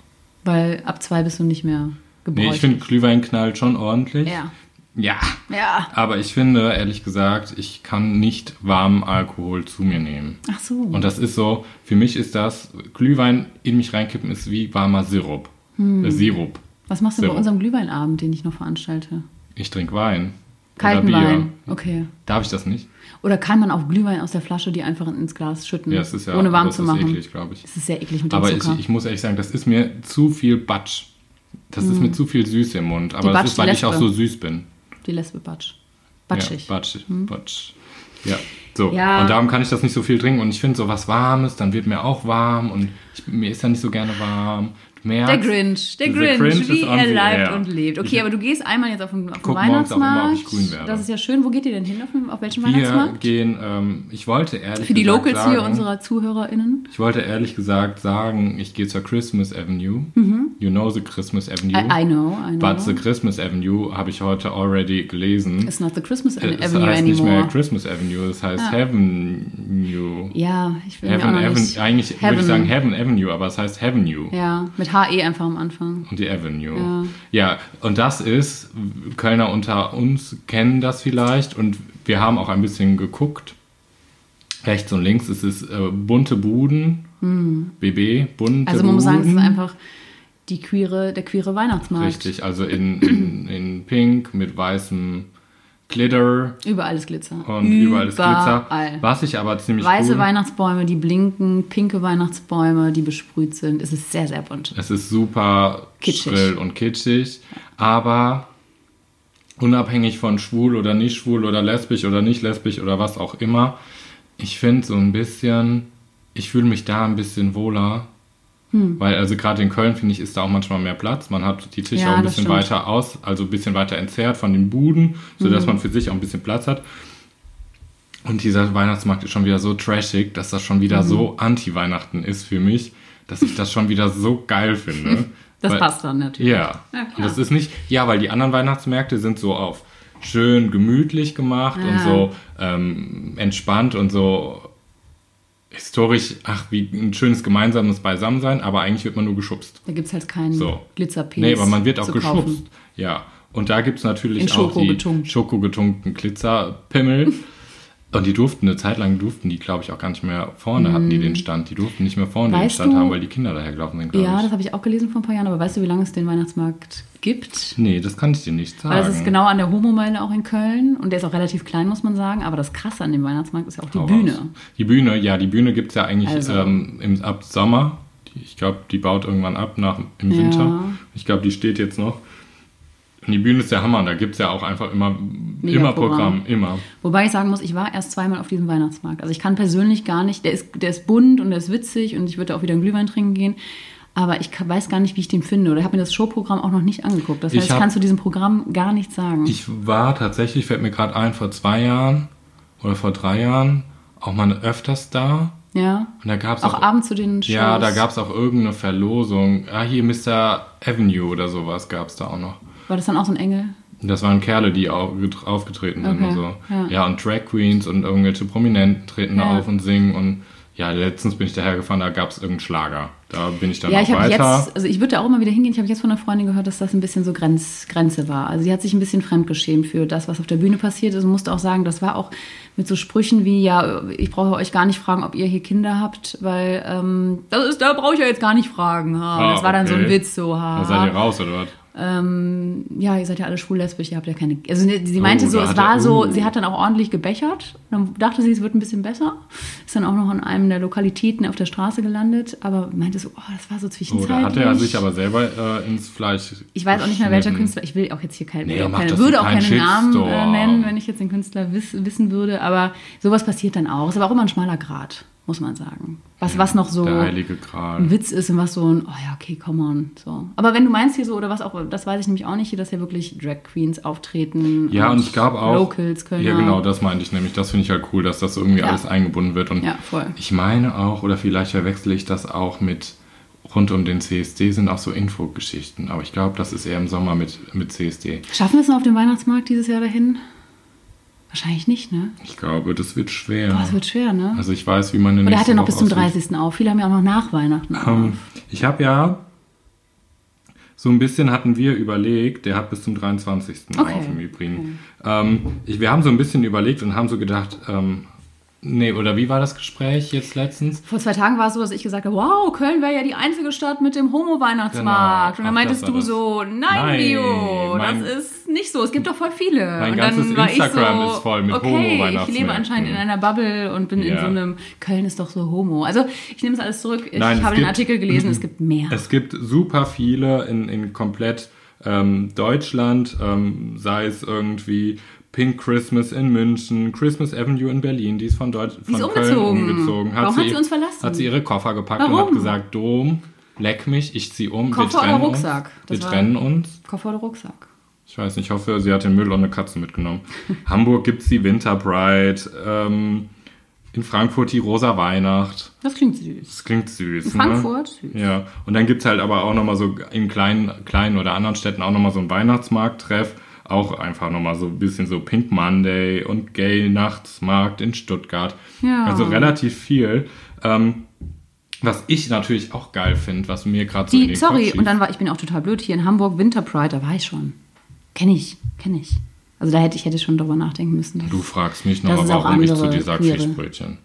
[SPEAKER 2] Weil ab zwei bist du nicht mehr
[SPEAKER 3] Nee,
[SPEAKER 2] gebräuchlich.
[SPEAKER 3] ich finde, Glühwein knallt schon ordentlich.
[SPEAKER 2] Ja.
[SPEAKER 3] Ja.
[SPEAKER 2] Ja.
[SPEAKER 3] Aber ich finde, ehrlich gesagt, ich kann nicht warmen Alkohol zu mir nehmen.
[SPEAKER 2] Ach so.
[SPEAKER 3] Und das ist so, für mich ist das, Glühwein in mich reinkippen ist wie warmer Sirup.
[SPEAKER 2] Hm.
[SPEAKER 3] Äh, Sirup.
[SPEAKER 2] Was machst du bei
[SPEAKER 3] So.
[SPEAKER 2] unserem Glühweinabend, den ich noch veranstalte?
[SPEAKER 3] Ich trinke Wein.
[SPEAKER 2] Kalten
[SPEAKER 3] Oder Bier.
[SPEAKER 2] Wein. Okay.
[SPEAKER 3] Darf ich das nicht?
[SPEAKER 2] Oder kann man auch Glühwein aus der Flasche, die einfach ins Glas schütten,
[SPEAKER 3] Ja, es ist ja
[SPEAKER 2] Hm. ohne warm
[SPEAKER 3] das
[SPEAKER 2] zu
[SPEAKER 3] ist
[SPEAKER 2] machen?
[SPEAKER 3] eklig, glaube ich.
[SPEAKER 2] Es ist sehr eklig mit dem
[SPEAKER 3] Aber ich,
[SPEAKER 2] Zucker.
[SPEAKER 3] ich muss ehrlich sagen, das ist mir zu viel Batsch. Das ist mir zu viel süß im Mund. Aber
[SPEAKER 2] Batsch,
[SPEAKER 3] das ist, weil
[SPEAKER 2] Hm. die
[SPEAKER 3] ich auch
[SPEAKER 2] Lesbe.
[SPEAKER 3] so süß bin.
[SPEAKER 2] die Lesbe Batsch. Batschig. Hm.
[SPEAKER 3] Ja, batschig, batsch. Ja, so.
[SPEAKER 2] Ja.
[SPEAKER 3] Und darum kann ich das nicht so viel trinken. Und ich finde so was Warmes, dann wird mir auch warm. Und ich, mir ist ja nicht so gerne warm. Du
[SPEAKER 2] der
[SPEAKER 3] merkst,
[SPEAKER 2] Grinch, der
[SPEAKER 3] The
[SPEAKER 2] Grinch,
[SPEAKER 3] Grinch
[SPEAKER 2] wie
[SPEAKER 3] is on
[SPEAKER 2] er
[SPEAKER 3] the
[SPEAKER 2] leibt
[SPEAKER 3] air.
[SPEAKER 2] und lebt. Okay, aber du gehst einmal jetzt auf den, auf den
[SPEAKER 3] guck morgens auch immer, ob ich
[SPEAKER 2] Weihnachtsmarkt.
[SPEAKER 3] grün werde.
[SPEAKER 2] Das ist ja schön. Wo geht ihr denn hin? Auf, dem, auf welchen
[SPEAKER 3] Wir
[SPEAKER 2] Weihnachtsmarkt?
[SPEAKER 3] gehen, ähm, ich wollte ehrlich
[SPEAKER 2] Für die
[SPEAKER 3] gesagt
[SPEAKER 2] Locals
[SPEAKER 3] sagen,
[SPEAKER 2] hier, unserer ZuhörerInnen.
[SPEAKER 3] ich wollte ehrlich gesagt sagen, ich gehe zur Christmas Avenue. You know the Christmas Avenue.
[SPEAKER 2] Mhm. I, I know, I know.
[SPEAKER 3] But the Christmas Avenue habe ich heute already gelesen.
[SPEAKER 2] It's not the Christmas
[SPEAKER 3] Äh,
[SPEAKER 2] Avenue
[SPEAKER 3] es heißt nicht mehr
[SPEAKER 2] anymore. Ah.
[SPEAKER 3] Christmas Avenue, es heißt Heaven
[SPEAKER 2] Ja, ich will
[SPEAKER 3] Heaven,
[SPEAKER 2] mir auch noch
[SPEAKER 3] Heaven,
[SPEAKER 2] nicht.
[SPEAKER 3] eigentlich würde
[SPEAKER 2] Heaven.
[SPEAKER 3] ich sagen Heaven Avenue, aber es heißt Avenue
[SPEAKER 2] Ja, mit HE einfach am Anfang.
[SPEAKER 3] und die Avenue. Ja. und das ist, Kölner unter uns kennen das vielleicht und wir haben auch ein bisschen geguckt. Rechts und links es ist äh, bunte Buden, BB, bunte
[SPEAKER 2] Hm. Also man muss sagen, es ist
[SPEAKER 3] Buden.
[SPEAKER 2] einfach die queere, der queere Weihnachtsmarkt.
[SPEAKER 3] Richtig, also in, in, in pink mit weißem Glitter
[SPEAKER 2] Überall ist Glitzer.
[SPEAKER 3] und überall ist Glitzer.
[SPEAKER 2] Überall.
[SPEAKER 3] Was ich aber ziemlich
[SPEAKER 2] Weiße
[SPEAKER 3] cool...
[SPEAKER 2] Weihnachtsbäume, die blinken, pinke Weihnachtsbäume, die besprüht sind. Es ist sehr, sehr bunt.
[SPEAKER 3] Es ist super
[SPEAKER 2] Kitschig.
[SPEAKER 3] schrill und kitschig, aber unabhängig von schwul oder nicht schwul oder lesbisch oder nicht lesbisch oder was auch immer, ich finde so ein bisschen, ich fühle mich da ein bisschen wohler.
[SPEAKER 2] Hm.
[SPEAKER 3] Weil also gerade in Köln finde ich ist da auch manchmal mehr Platz. Man hat die Tische
[SPEAKER 2] Ja,
[SPEAKER 3] auch ein
[SPEAKER 2] das
[SPEAKER 3] bisschen
[SPEAKER 2] stimmt.
[SPEAKER 3] weiter aus, also ein bisschen weiter entzerrt von den Buden, so dass
[SPEAKER 2] Hm.
[SPEAKER 3] man für sich auch ein bisschen Platz hat. Und dieser Weihnachtsmarkt ist schon wieder so trashig, dass das schon wieder
[SPEAKER 2] Mhm.
[SPEAKER 3] so Anti-Weihnachten ist für mich, dass ich das schon wieder so geil finde.
[SPEAKER 2] (laughs) Das
[SPEAKER 3] Weil-
[SPEAKER 2] passt dann natürlich.
[SPEAKER 3] Ja. Und das ist nicht, ja, weil die anderen Weihnachtsmärkte sind so auf schön gemütlich gemacht und
[SPEAKER 2] Ah.
[SPEAKER 3] so ähm, entspannt und so historisch, ach, wie ein schönes gemeinsames Beisammensein, aber eigentlich wird man nur geschubst.
[SPEAKER 2] Da gibt es halt keinen
[SPEAKER 3] So.
[SPEAKER 2] Glitzerpilz.
[SPEAKER 3] Nee, aber man wird auch
[SPEAKER 2] zu
[SPEAKER 3] geschubst.
[SPEAKER 2] kaufen.
[SPEAKER 3] Ja. Und da gibt es natürlich
[SPEAKER 2] In
[SPEAKER 3] auch
[SPEAKER 2] Schoko
[SPEAKER 3] die
[SPEAKER 2] getunkt.
[SPEAKER 3] schokogetunkten
[SPEAKER 2] (laughs)
[SPEAKER 3] Glitzerpimmel. Und die durften eine Zeit lang durften die, glaube ich, auch gar nicht mehr vorne hatten die den Stand. Die durften nicht mehr vorne den
[SPEAKER 2] Mhm. Weißt
[SPEAKER 3] Stand
[SPEAKER 2] du-
[SPEAKER 3] haben, weil die Kinder dahergelaufen sind, glaube
[SPEAKER 2] Ja, das
[SPEAKER 3] ich.
[SPEAKER 2] habe ich auch gelesen vor ein paar Jahren, aber weißt du, wie lange es den Weihnachtsmarkt gibt?
[SPEAKER 3] Nee, das kann ich dir nicht sagen.
[SPEAKER 2] Weil das ist genau an der Homo-Meile auch in Köln und der ist auch relativ klein, muss man sagen. Aber das Krasse an dem Weihnachtsmarkt ist ja auch die
[SPEAKER 3] Hau
[SPEAKER 2] Bühne.
[SPEAKER 3] raus. Die Bühne, ja, die Bühne gibt es ja eigentlich
[SPEAKER 2] Also.
[SPEAKER 3] ähm, im, ab Sommer. Die- Ich glaube, die baut irgendwann ab nach, im
[SPEAKER 2] Ja.
[SPEAKER 3] Winter. Ich glaube, die steht jetzt noch. Und die Bühne ist der Hammer. Da gibt es ja auch einfach immer, immer Programm.
[SPEAKER 2] Programm.
[SPEAKER 3] Immer.
[SPEAKER 2] Wobei ich sagen muss, ich war erst zweimal auf diesem Weihnachtsmarkt. Also ich kann persönlich gar nicht, der ist, der ist bunt und der ist witzig und ich würde auch wieder einen Glühwein trinken gehen. Aber ich ka- weiß gar nicht, wie ich den finde. Oder habe mir das Showprogramm auch noch nicht angeguckt. Das
[SPEAKER 3] Ich
[SPEAKER 2] heißt, ich,
[SPEAKER 3] hab-
[SPEAKER 2] kann zu diesem Programm gar nichts sagen.
[SPEAKER 3] Ich war tatsächlich, fällt mir gerade ein, vor zwei Jahren oder vor drei Jahren auch mal öfters da.
[SPEAKER 2] ja.
[SPEAKER 3] Und da gab es
[SPEAKER 2] Auch
[SPEAKER 3] auch,
[SPEAKER 2] abends zu den Shows.
[SPEAKER 3] ja, da gab es auch irgendeine Verlosung. Ah, hier Mr. Avenue oder sowas gab es da auch noch.
[SPEAKER 2] War das dann auch so ein Engel?
[SPEAKER 3] Das waren Kerle, die au- get- aufgetreten sind
[SPEAKER 2] Okay,
[SPEAKER 3] und so. Ja.
[SPEAKER 2] ja.
[SPEAKER 3] und Drag Queens und irgendwelche Prominenten treten da
[SPEAKER 2] Ja.
[SPEAKER 3] auf und singen. Und ja, letztens bin ich dahergefahren, da gab es irgendeinen Schlager. Da bin ich dann
[SPEAKER 2] Ja,
[SPEAKER 3] auch
[SPEAKER 2] ich habe
[SPEAKER 3] weiter.
[SPEAKER 2] jetzt, also ich würde da auch immer wieder hingehen. Ich habe jetzt von einer Freundin gehört, dass das ein bisschen so Grenz, Grenze war. Also sie hat sich ein bisschen fremdgeschämt für das, was auf der Bühne passiert ist und musste auch sagen, das war auch mit so Sprüchen wie, ja, ich brauche euch gar nicht fragen, ob ihr hier Kinder habt, weil ähm, das ist, da brauche ich ja jetzt gar nicht fragen. Ha.
[SPEAKER 3] Ah,
[SPEAKER 2] das war dann so ein
[SPEAKER 3] okay.
[SPEAKER 2] Witz, so ha.
[SPEAKER 3] da seid ihr raus, oder was?
[SPEAKER 2] ähm, ja, ihr seid ja alle schwul-lesbisch, ihr habt ja keine. Also sie meinte
[SPEAKER 3] Oh,
[SPEAKER 2] so,
[SPEAKER 3] da
[SPEAKER 2] es
[SPEAKER 3] hat er-
[SPEAKER 2] war so,
[SPEAKER 3] uh.
[SPEAKER 2] sie hat dann auch ordentlich gebechert. Dann dachte sie, es wird ein bisschen besser. Ist dann auch noch an einem der Lokalitäten auf der Straße gelandet, aber meinte so, oh, das war so
[SPEAKER 3] Oh,
[SPEAKER 2] zwischenzeitlich.
[SPEAKER 3] da hat er sich aber selber äh, ins Fleisch.
[SPEAKER 2] ich weiß auch nicht mehr, welcher
[SPEAKER 3] geschnitten.
[SPEAKER 2] Künstler. Ich will auch jetzt hier keinen,
[SPEAKER 3] Nee,
[SPEAKER 2] will auch
[SPEAKER 3] mach
[SPEAKER 2] keine,
[SPEAKER 3] das
[SPEAKER 2] würde
[SPEAKER 3] hier
[SPEAKER 2] auch
[SPEAKER 3] keinen
[SPEAKER 2] keine Namen äh,
[SPEAKER 3] Shitstorm.
[SPEAKER 2] nennen, wenn ich jetzt den Künstler wiss, wissen würde. Aber sowas passiert dann auch. Ist aber auch immer ein schmaler Grat, muss man sagen. Was, was noch so Mhm.
[SPEAKER 3] Der heilige Gral.
[SPEAKER 2] ein Witz ist und was so ein, oh ja, okay, come on. So. Aber wenn du meinst hier so, oder was auch, das weiß ich nämlich auch nicht hier, dass ja wirklich Drag Queens auftreten.
[SPEAKER 3] Ja, und es gab auch.
[SPEAKER 2] Locals, Kölner.
[SPEAKER 3] Ja, genau, das meinte ich nämlich. Das finde ich halt cool, dass das irgendwie
[SPEAKER 2] Ja.
[SPEAKER 3] alles eingebunden wird. Und
[SPEAKER 2] Ja, voll.
[SPEAKER 3] ich meine auch, oder vielleicht verwechsel ich das auch mit rund um den CSD sind auch so Infogeschichten. Aber ich glaube, das ist eher im Sommer mit, mit CSD.
[SPEAKER 2] Schaffen wir es noch auf dem Weihnachtsmarkt dieses Jahr dahin? Wahrscheinlich nicht, ne?
[SPEAKER 3] Ich glaube, das wird schwer.
[SPEAKER 2] Boah, es wird schwer, ne?
[SPEAKER 3] also ich weiß, wie meine
[SPEAKER 2] und er hat
[SPEAKER 3] nächste
[SPEAKER 2] ja noch
[SPEAKER 3] Woche
[SPEAKER 2] bis zum
[SPEAKER 3] aussieht.
[SPEAKER 2] 30. auf. Viele haben ja auch noch
[SPEAKER 3] (laughs)
[SPEAKER 2] nach Weihnachten.
[SPEAKER 3] Ähm, ich habe ja so ein bisschen hatten wir überlegt, der hat bis zum 23.
[SPEAKER 2] Okay.
[SPEAKER 3] auf im Übrigen. Ähm, ich, wir haben so ein bisschen überlegt und haben so gedacht, ähm, nee, oder wie war das Gespräch jetzt letztens?
[SPEAKER 2] Vor zwei Tagen war es so, dass ich gesagt habe, wow, Köln wäre ja die einzige Stadt mit dem Homo-Weihnachtsmarkt.
[SPEAKER 3] Genau.
[SPEAKER 2] Und dann
[SPEAKER 3] Ach,
[SPEAKER 2] meintest
[SPEAKER 3] das war
[SPEAKER 2] du
[SPEAKER 3] das.
[SPEAKER 2] so, nein,
[SPEAKER 3] Nein,
[SPEAKER 2] Mio,
[SPEAKER 3] mein-
[SPEAKER 2] das ist nicht so. Es gibt doch voll viele.
[SPEAKER 3] Mein
[SPEAKER 2] und
[SPEAKER 3] ganzes
[SPEAKER 2] dann war
[SPEAKER 3] Instagram
[SPEAKER 2] ich so,
[SPEAKER 3] ist voll mit
[SPEAKER 2] okay, ich
[SPEAKER 3] Homo-Weihnachtsmärkten.
[SPEAKER 2] lebe anscheinend in einer Bubble und bin in
[SPEAKER 3] Ja.
[SPEAKER 2] so einem, Köln ist doch so Homo. Also ich nehme es alles zurück. Ich
[SPEAKER 3] Nein, es
[SPEAKER 2] habe den
[SPEAKER 3] gibt-
[SPEAKER 2] Artikel gelesen, es gibt mehr.
[SPEAKER 3] Es gibt super viele in, in komplett ähm, Deutschland, ähm, sei es irgendwie Pink Christmas in München, Christmas Avenue in Berlin, die ist von, Deutsch, von
[SPEAKER 2] ist
[SPEAKER 3] Köln
[SPEAKER 2] umgezogen.
[SPEAKER 3] umgezogen.
[SPEAKER 2] Warum hat sie uns verlassen?
[SPEAKER 3] Hat sie ihre Koffer gepackt und
[SPEAKER 2] Warum?
[SPEAKER 3] hat gesagt, Dom, leck mich, ich zieh um,
[SPEAKER 2] Koffer
[SPEAKER 3] wir trennen
[SPEAKER 2] oder Rucksack?
[SPEAKER 3] uns.
[SPEAKER 2] Das
[SPEAKER 3] wir
[SPEAKER 2] war-
[SPEAKER 3] trennen uns.
[SPEAKER 2] Koffer oder Rucksack.
[SPEAKER 3] Ich weiß nicht, ich hoffe, sie hat den Müll und eine Katze
[SPEAKER 2] (laughs)
[SPEAKER 3] mitgenommen. Hamburg gibt es die Winter Pride, ähm, in Frankfurt die Rosa Weihnacht.
[SPEAKER 2] Das klingt süß.
[SPEAKER 3] Das klingt süß.
[SPEAKER 2] Frankfurt?
[SPEAKER 3] Ne?
[SPEAKER 2] Süß.
[SPEAKER 3] Ja. Und dann gibt es halt aber auch nochmal so in kleinen, kleinen oder anderen Städten auch nochmal so einen Weihnachtsmarkttreff. Auch einfach nochmal so ein bisschen so Pink Monday und Gay Nachtsmarkt in Stuttgart.
[SPEAKER 2] Ja.
[SPEAKER 3] Also relativ viel. Ähm, was ich natürlich auch geil finde, was mir gerade so in
[SPEAKER 2] Die,
[SPEAKER 3] den Kopf
[SPEAKER 2] sorry,
[SPEAKER 3] schießt.
[SPEAKER 2] und dann war ich bin auch total blöd hier in Hamburg Winter Pride, da war ich schon. Kenne ich, kenne ich. Also da hätte ich hätte schon drüber nachdenken müssen. dass-
[SPEAKER 3] Du fragst mich
[SPEAKER 2] Das
[SPEAKER 3] noch,
[SPEAKER 2] ist auch
[SPEAKER 3] warum ich zu
[SPEAKER 2] andere
[SPEAKER 3] dir sage
[SPEAKER 2] Queere.
[SPEAKER 3] Fischbrötchen.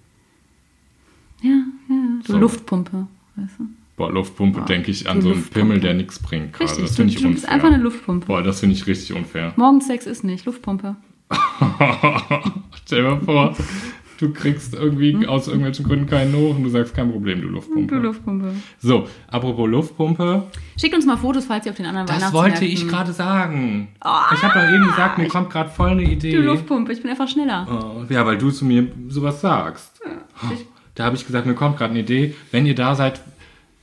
[SPEAKER 2] Ja, ja, so
[SPEAKER 3] So.
[SPEAKER 2] Luftpumpe, weißt du?
[SPEAKER 3] Boah, Luftpumpe denke ich an so einen
[SPEAKER 2] Luftpumpe.
[SPEAKER 3] Pimmel, der nichts bringt gerade.
[SPEAKER 2] Richtig,
[SPEAKER 3] Das
[SPEAKER 2] du,
[SPEAKER 3] finde ich
[SPEAKER 2] du bist
[SPEAKER 3] unfair.
[SPEAKER 2] einfach eine Luftpumpe.
[SPEAKER 3] Boah, das finde ich richtig unfair.
[SPEAKER 2] Morgensex ist nicht, Luftpumpe.
[SPEAKER 3] (laughs) Stell dir mal vor, du kriegst irgendwie aus irgendwelchen Gründen keinen hoch und du sagst, kein Problem, du
[SPEAKER 2] Hm? Du
[SPEAKER 3] Luftpumpe.
[SPEAKER 2] Luftpumpe.
[SPEAKER 3] So, apropos Luftpumpe.
[SPEAKER 2] Schickt uns mal Fotos, falls ihr auf den anderen
[SPEAKER 3] Das
[SPEAKER 2] Weihnachtsmärkten...
[SPEAKER 3] wollte ich gerade sagen. ich habe doch eben gesagt, mir kommt gerade voll eine Idee.
[SPEAKER 2] Ah. Du Luftpumpe, ich bin einfach schneller.
[SPEAKER 3] Oh, Ja, weil du zu mir sowas sagst. Oh, Da habe ich gesagt, mir kommt gerade eine Idee. Wenn ihr da seid,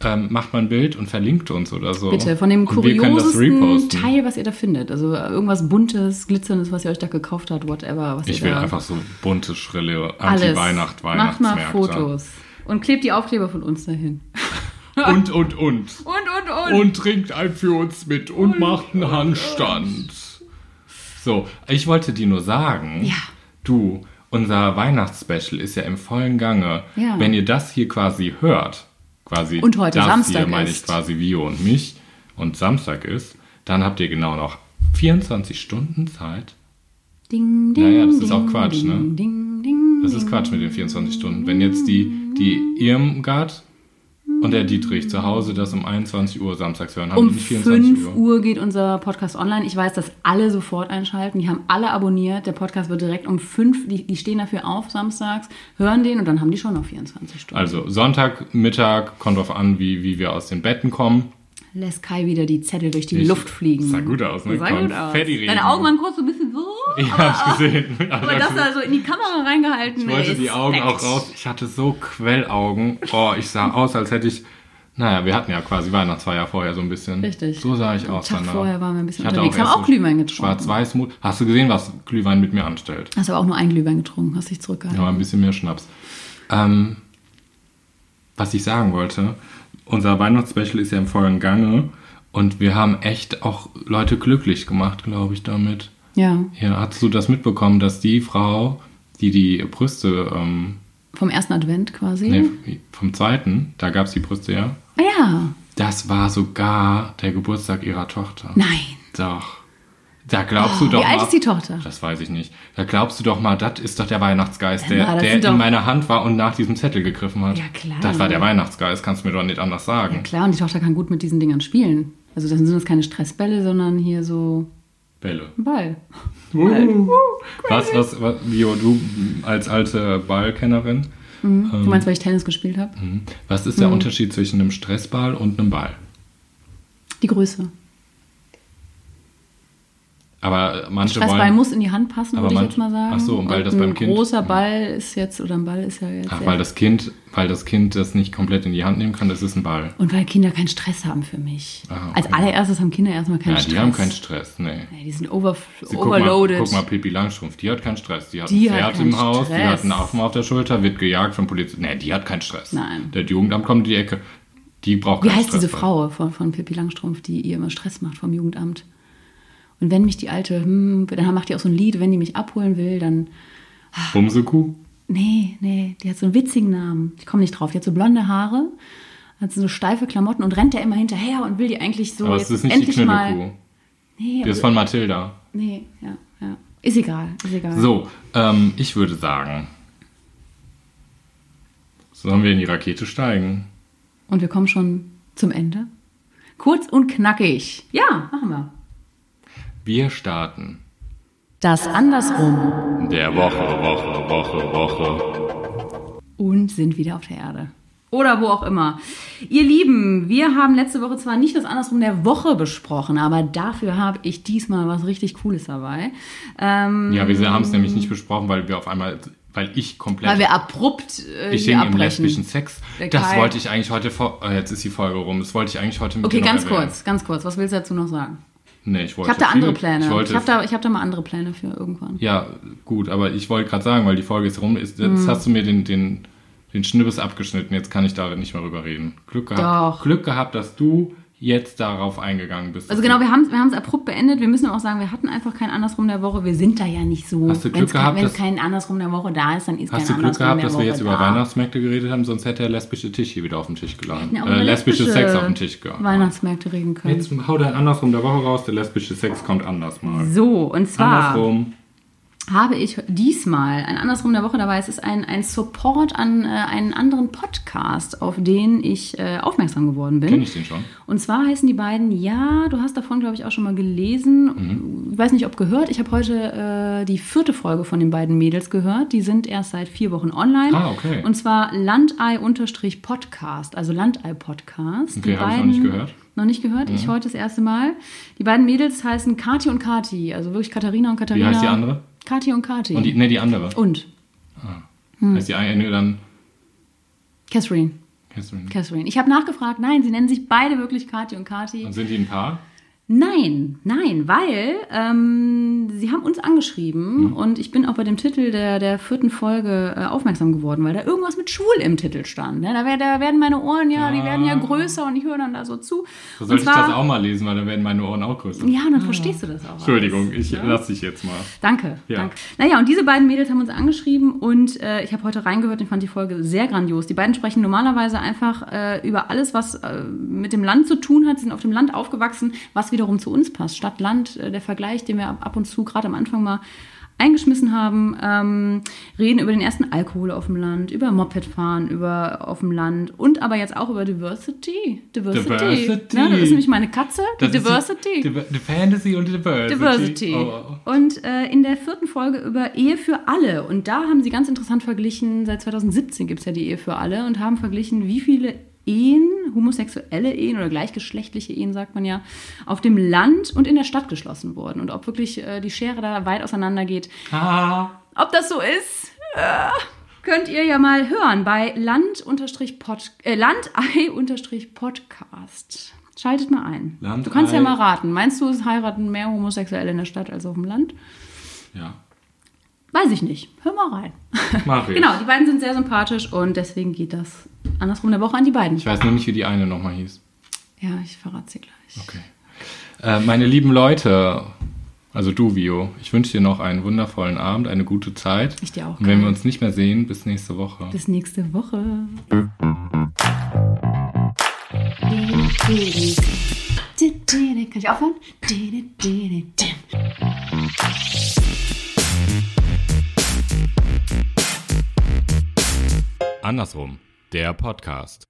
[SPEAKER 3] ähm, macht mal ein Bild und verlinkt uns oder so.
[SPEAKER 2] Bitte, von dem
[SPEAKER 3] Und wir können das
[SPEAKER 2] kuriosesten
[SPEAKER 3] reposten.
[SPEAKER 2] Teil, was ihr da findet. Also irgendwas Buntes, Glitzerndes, was ihr euch da gekauft habt, whatever. Was
[SPEAKER 3] Ich
[SPEAKER 2] ihr
[SPEAKER 3] will
[SPEAKER 2] da
[SPEAKER 3] einfach so bunte, schrille
[SPEAKER 2] alles.
[SPEAKER 3] Anti-Weihnacht,
[SPEAKER 2] Macht mal
[SPEAKER 3] Weihnachtsmärkte.
[SPEAKER 2] Fotos. Und klebt die Aufkleber von uns dahin.
[SPEAKER 3] Und, und,
[SPEAKER 2] (laughs)
[SPEAKER 3] und.
[SPEAKER 2] Und, und, und.
[SPEAKER 3] und trinkt ein für uns mit und,
[SPEAKER 2] Oh
[SPEAKER 3] macht einen Handstand. So, ich wollte dir nur sagen,
[SPEAKER 2] Ja.
[SPEAKER 3] du, unser Weihnachtsspecial ist ja im vollen Gange.
[SPEAKER 2] Ja.
[SPEAKER 3] Wenn ihr das hier quasi hört, quasi
[SPEAKER 2] Und heute
[SPEAKER 3] das
[SPEAKER 2] Samstag
[SPEAKER 3] hier meine
[SPEAKER 2] ist.
[SPEAKER 3] ich quasi Vio und mich und Samstag ist, dann habt ihr genau noch 24 Stunden Zeit.
[SPEAKER 2] Ding, ding,
[SPEAKER 3] Naja, das ist
[SPEAKER 2] ding,
[SPEAKER 3] auch Quatsch,
[SPEAKER 2] ding,
[SPEAKER 3] ne?
[SPEAKER 2] Ding, ding,
[SPEAKER 3] Das ist Quatsch mit den 24 Stunden. Wenn jetzt die, die Irmgard und der Dietrich zu Hause das um 21 Uhr samstags hören, haben
[SPEAKER 2] Um
[SPEAKER 3] die nicht 24
[SPEAKER 2] 5 Uhr geht unser Podcast online. Ich weiß, dass alle sofort einschalten. Die haben alle abonniert. Der Podcast wird direkt um 5, die, die stehen dafür auf samstags, hören den und dann haben die schon noch 24 Stunden.
[SPEAKER 3] Also Sonntag, Mittag, kommt drauf an, wie, wie wir aus den Betten kommen.
[SPEAKER 2] Lässt Kai wieder die Zettel durch die
[SPEAKER 3] Ich-
[SPEAKER 2] Luft fliegen.
[SPEAKER 3] sah gut aus, ne?
[SPEAKER 2] Sah gut aus.
[SPEAKER 3] Konfettiregen.
[SPEAKER 2] Deine Augen waren kurz so ein bisschen so,
[SPEAKER 3] (laughs) Ich hab's gesehen. Also
[SPEAKER 2] aber dass da so in die Kamera reingehalten
[SPEAKER 3] ich wollte
[SPEAKER 2] ist.
[SPEAKER 3] die Augen auch
[SPEAKER 2] Respekt.
[SPEAKER 3] raus. Ich hatte so Quellaugen. Oh, ich sah aus, als hätte ich. Naja, wir hatten ja quasi Weihnachtsfeier vorher so ein bisschen.
[SPEAKER 2] Richtig.
[SPEAKER 3] So sah ich
[SPEAKER 2] Am
[SPEAKER 3] aus.
[SPEAKER 2] Tag
[SPEAKER 3] danach.
[SPEAKER 2] vorher waren wir ein bisschen
[SPEAKER 3] Ich hatte
[SPEAKER 2] unterwegs, haben
[SPEAKER 3] erst
[SPEAKER 2] auch Glühwein getrunken.
[SPEAKER 3] Schwarz-Weiß. Hast du gesehen, was Glühwein mit mir anstellt?
[SPEAKER 2] Hast aber auch nur ein Glühwein getrunken, hast dich zurückgehalten.
[SPEAKER 3] Ja, ein bisschen mehr Schnaps. Ähm, was ich sagen wollte, unser Weihnachtsspecial ist ja im vollen Gange und wir haben echt auch Leute glücklich gemacht, glaube ich, damit.
[SPEAKER 2] Ja.
[SPEAKER 3] Ja, hast du das mitbekommen, dass die Frau, die die Brüste, ähm,
[SPEAKER 2] Vom ersten Advent quasi.
[SPEAKER 3] nee, vom zweiten, da gab es die Brüste ja,
[SPEAKER 2] Ah ja.
[SPEAKER 3] das war sogar der Geburtstag ihrer Tochter.
[SPEAKER 2] Nein.
[SPEAKER 3] Doch. Da glaubst du doch
[SPEAKER 2] Oh, Wie
[SPEAKER 3] mal,
[SPEAKER 2] alt ist die Tochter?
[SPEAKER 3] Das weiß ich nicht. Da glaubst du doch mal, das ist doch der Weihnachtsgeist,
[SPEAKER 2] Emma,
[SPEAKER 3] der,
[SPEAKER 2] das
[SPEAKER 3] der
[SPEAKER 2] sind doch-
[SPEAKER 3] in meiner Hand war und nach diesem Zettel gegriffen hat.
[SPEAKER 2] Ja, klar.
[SPEAKER 3] Das war der Weihnachtsgeist, kannst du mir doch nicht anders sagen.
[SPEAKER 2] Klar, und die Tochter kann gut mit diesen Dingern spielen. Also das sind das keine Stressbälle, sondern hier so
[SPEAKER 3] Bälle.
[SPEAKER 2] ein Ball.
[SPEAKER 3] Uh, was, was, was, Bio, du als alte Ballkennerin,
[SPEAKER 2] Du meinst, weil ich Tennis gespielt habe?
[SPEAKER 3] hm. Was ist der
[SPEAKER 2] Hm.
[SPEAKER 3] Unterschied zwischen einem Stressball und einem Ball?
[SPEAKER 2] Die Größe.
[SPEAKER 3] Aber manche
[SPEAKER 2] Stressball
[SPEAKER 3] wollen.
[SPEAKER 2] muss in die Hand passen,
[SPEAKER 3] Aber
[SPEAKER 2] würde ich
[SPEAKER 3] man-
[SPEAKER 2] jetzt mal sagen.
[SPEAKER 3] Ach so, und weil das beim
[SPEAKER 2] ein
[SPEAKER 3] Kind- Hm.
[SPEAKER 2] großer Ball ist jetzt, oder ein Ball ist ja jetzt.
[SPEAKER 3] ach,
[SPEAKER 2] sehr-
[SPEAKER 3] weil das Kind, weil das Kind das nicht komplett in die Hand nehmen kann, das ist ein Ball.
[SPEAKER 2] und weil Kinder keinen Stress haben für mich.
[SPEAKER 3] Ah, okay.
[SPEAKER 2] Als allererstes haben Kinder erstmal keinen
[SPEAKER 3] ja, die
[SPEAKER 2] Stress.
[SPEAKER 3] haben keinen Stress, nee.
[SPEAKER 2] Ja, die sind over,
[SPEAKER 3] Sie, guck, mal,
[SPEAKER 2] overloaded.
[SPEAKER 3] guck mal, Pippi Langstrumpf, die hat keinen Stress. Die hat
[SPEAKER 2] Die
[SPEAKER 3] ein
[SPEAKER 2] hat
[SPEAKER 3] Pferd
[SPEAKER 2] keinen
[SPEAKER 3] im Haus, die hat
[SPEAKER 2] Stress.
[SPEAKER 3] einen Affen auf der Schulter, wird gejagt von Polizei. Nee, die hat keinen Stress.
[SPEAKER 2] Nein.
[SPEAKER 3] Der Jugendamt kommt in die Ecke. Die braucht
[SPEAKER 2] Wie
[SPEAKER 3] keinen
[SPEAKER 2] heißt
[SPEAKER 3] Stress.
[SPEAKER 2] diese Frau von, von Pippi Langstrumpf, die ihr immer Stress macht vom Jugendamt? Und wenn mich die alte, hm, dann macht die auch so ein Lied, wenn die mich abholen will, dann.
[SPEAKER 3] Bumsekuh?
[SPEAKER 2] Nee, nee, die hat so einen witzigen Namen. Ich komme nicht drauf. Die hat so blonde Haare, hat so steife Klamotten und rennt da immer hinterher und will die eigentlich so
[SPEAKER 3] Aber es
[SPEAKER 2] jetzt
[SPEAKER 3] ist nicht die
[SPEAKER 2] endlich mal.
[SPEAKER 3] Knüllekuh.
[SPEAKER 2] Nee,
[SPEAKER 3] Die ist
[SPEAKER 2] aber,
[SPEAKER 3] von Mathilda.
[SPEAKER 2] nee, ja, ja. Ist egal, ist egal.
[SPEAKER 3] So, ähm, ich würde sagen, sollen wir in die Rakete steigen?
[SPEAKER 2] Und wir kommen schon zum Ende. Kurz und knackig. Ja, machen wir.
[SPEAKER 3] Wir starten.
[SPEAKER 2] Das andersrum.
[SPEAKER 3] Der Woche, Woche, Woche, Woche.
[SPEAKER 2] und sind wieder auf der Erde. Oder wo auch immer. Ihr Lieben, wir haben letzte Woche zwar nicht das Andersrum der Woche besprochen, aber dafür habe ich diesmal was richtig Cooles dabei. Ähm,
[SPEAKER 3] Ja, wir haben es nämlich nicht besprochen, weil wir auf einmal, weil ich komplett.
[SPEAKER 2] weil wir abrupt äh,
[SPEAKER 3] ich
[SPEAKER 2] hier
[SPEAKER 3] hing im
[SPEAKER 2] abbrechen.
[SPEAKER 3] lesbischen Sex.
[SPEAKER 2] Der
[SPEAKER 3] Das
[SPEAKER 2] Kai-
[SPEAKER 3] wollte ich eigentlich heute vor. Oh, jetzt ist die Folge rum. Das wollte ich eigentlich heute mit
[SPEAKER 2] Okay,
[SPEAKER 3] dir noch
[SPEAKER 2] ganz
[SPEAKER 3] erwähnen.
[SPEAKER 2] kurz, ganz kurz. Was willst du dazu noch sagen?
[SPEAKER 3] Nee, ich wollte.
[SPEAKER 2] Ich habe da andere
[SPEAKER 3] viel-
[SPEAKER 2] Pläne.
[SPEAKER 3] Ich wollte.
[SPEAKER 2] Ich, habe da, ich hab da mal andere Pläne für irgendwann.
[SPEAKER 3] ja, gut, aber ich wollte gerade sagen, weil die Folge ist rum. Ist, jetzt
[SPEAKER 2] Hm.
[SPEAKER 3] hast du mir den, den, den Schnibbes abgeschnitten. Jetzt kann ich da nicht mehr drüber reden. Glück gehabt.
[SPEAKER 2] Doch.
[SPEAKER 3] Glück gehabt, dass du jetzt darauf eingegangen bist.
[SPEAKER 2] Also genau, wir haben es wir haben's abrupt beendet. Wir müssen auch sagen, wir hatten einfach kein Andersrum der Woche. Wir sind da ja nicht so.
[SPEAKER 3] Hast du Glück
[SPEAKER 2] Wenn's kein-
[SPEAKER 3] gehabt,
[SPEAKER 2] Wenn
[SPEAKER 3] dass-
[SPEAKER 2] kein Andersrum der Woche da ist, dann ist
[SPEAKER 3] Hast
[SPEAKER 2] kein
[SPEAKER 3] du Glück
[SPEAKER 2] Andersrum
[SPEAKER 3] gehabt,
[SPEAKER 2] der
[SPEAKER 3] dass
[SPEAKER 2] Woche
[SPEAKER 3] wir jetzt über
[SPEAKER 2] da.
[SPEAKER 3] Weihnachsmärkte geredet haben, sonst hätte der lesbische Tisch hier wieder auf den Tisch geladen.
[SPEAKER 2] Ja, auch
[SPEAKER 3] äh,
[SPEAKER 2] über
[SPEAKER 3] lesbische Sex auf den Tisch geladen.
[SPEAKER 2] Weihnachtsmärkte reden können.
[SPEAKER 3] Jetzt hau dein andersrum der Woche raus, der lesbische Sex kommt anders mal.
[SPEAKER 2] So, und zwar
[SPEAKER 3] Andersrum.
[SPEAKER 2] habe ich diesmal ein andersrum der Woche dabei. Es ist ein, ein Support an äh, einen anderen Podcast, auf den ich äh, aufmerksam geworden bin.
[SPEAKER 3] Kenne ich den schon?
[SPEAKER 2] Und zwar heißen die beiden, ja, du hast davon, glaube ich, auch schon mal
[SPEAKER 3] Mhm.
[SPEAKER 2] gelesen. Ich weiß nicht, ob gehört. Ich habe heute äh, die vierte Folge von den beiden Mädels gehört. Die sind erst seit vier Wochen online.
[SPEAKER 3] Ah, okay.
[SPEAKER 2] Und zwar Landei-Podcast, also Landei-Podcast.
[SPEAKER 3] Okay,
[SPEAKER 2] Die
[SPEAKER 3] habe ich noch nicht
[SPEAKER 2] beiden-
[SPEAKER 3] gehört. Mhm.
[SPEAKER 2] Noch nicht gehört? Ich heute das erste Mal. Die beiden Mädels heißen Kati und Kati, also wirklich Katharina und Katharina.
[SPEAKER 3] heißt die andere?
[SPEAKER 2] Kati und Kati.
[SPEAKER 3] Und die, ne, die andere.
[SPEAKER 2] und Hm.
[SPEAKER 3] Heißt die eine dann
[SPEAKER 2] Catherine.
[SPEAKER 3] Catherine.
[SPEAKER 2] Catherine. Ich habe nachgefragt, nein, sie nennen sich beide wirklich Kati und Kati.
[SPEAKER 3] Und sind die ein Paar?
[SPEAKER 2] Nein, nein, weil ähm, sie haben uns
[SPEAKER 3] Mhm.
[SPEAKER 2] angeschrieben und ich bin auch bei dem Titel der, der vierten Folge äh, aufmerksam geworden, weil da irgendwas mit schwul im Titel stand. Ne? Da, wär, da werden meine Ohren ja, die werden ja größer und ich höre dann da so zu.
[SPEAKER 3] Ah. So
[SPEAKER 2] Und
[SPEAKER 3] sollte ich
[SPEAKER 2] zwar-
[SPEAKER 3] das auch mal lesen, weil dann werden meine Ohren auch größer.
[SPEAKER 2] Ja, und dann verstehst du das auch.
[SPEAKER 3] Entschuldigung, ich lass dich jetzt mal.
[SPEAKER 2] Danke,
[SPEAKER 3] Ja.
[SPEAKER 2] danke. Naja, und diese beiden Mädels haben uns angeschrieben und äh, ich habe heute reingehört und fand die Folge sehr grandios. Die beiden sprechen normalerweise einfach äh, über alles, was äh, mit dem Land zu tun hat. Sie sind auf dem Land aufgewachsen, was wiederum zu uns passt. Stadt-Land, äh, der Vergleich, den wir ab, ab und zu gerade am Anfang mal eingeschmissen haben, ähm, reden über den ersten Alkohol auf dem Land, über Mopedfahren über auf dem Land und aber jetzt auch über Diversity. Diversity.
[SPEAKER 3] Diversity.
[SPEAKER 2] Ne, das ist nämlich meine Katze, die Diversity.
[SPEAKER 3] Die, Diver- die Fantasy und die Diversity.
[SPEAKER 2] Diversity.
[SPEAKER 3] Oh,
[SPEAKER 2] Und äh, in der vierten Folge über Ehe für alle. Und da haben sie ganz interessant verglichen, seit 2017 gibt es ja die Ehe für alle und haben verglichen, wie viele Ehen, homosexuelle Ehen oder gleichgeschlechtliche Ehen, sagt man ja, auf dem Land und in der Stadt geschlossen wurden. Und ob wirklich äh, die Schere da weit auseinander geht.
[SPEAKER 3] oh. Ah.
[SPEAKER 2] Ob das so ist, äh, könnt ihr ja mal hören bei Land-Pod- äh, (laughs) Landei-Podcast. Schaltet mal ein. Du kannst ja
[SPEAKER 3] Landei-
[SPEAKER 2] mal raten. Meinst du, es heiraten mehr Homosexuelle in der Stadt als auf dem Land?
[SPEAKER 3] Ja.
[SPEAKER 2] Weiß ich nicht. Hör mal rein. (laughs)
[SPEAKER 3] Mach ich.
[SPEAKER 2] genau, die beiden sind sehr sympathisch und deswegen geht das andersrum der Woche an die beiden.
[SPEAKER 3] Ich weiß nur nicht, wie die eine nochmal hieß.
[SPEAKER 2] Ja, ich verrate sie gleich.
[SPEAKER 3] Okay. Äh, meine lieben Leute, also du, Vio, ich wünsche dir noch einen wundervollen Abend, eine gute Zeit.
[SPEAKER 2] Ich dir auch,
[SPEAKER 3] Und wenn
[SPEAKER 2] Kai.
[SPEAKER 3] wir uns nicht mehr sehen, bis nächste Woche.
[SPEAKER 2] Bis nächste Woche. Kann ich aufhören?
[SPEAKER 3] Andersrum, der Podcast.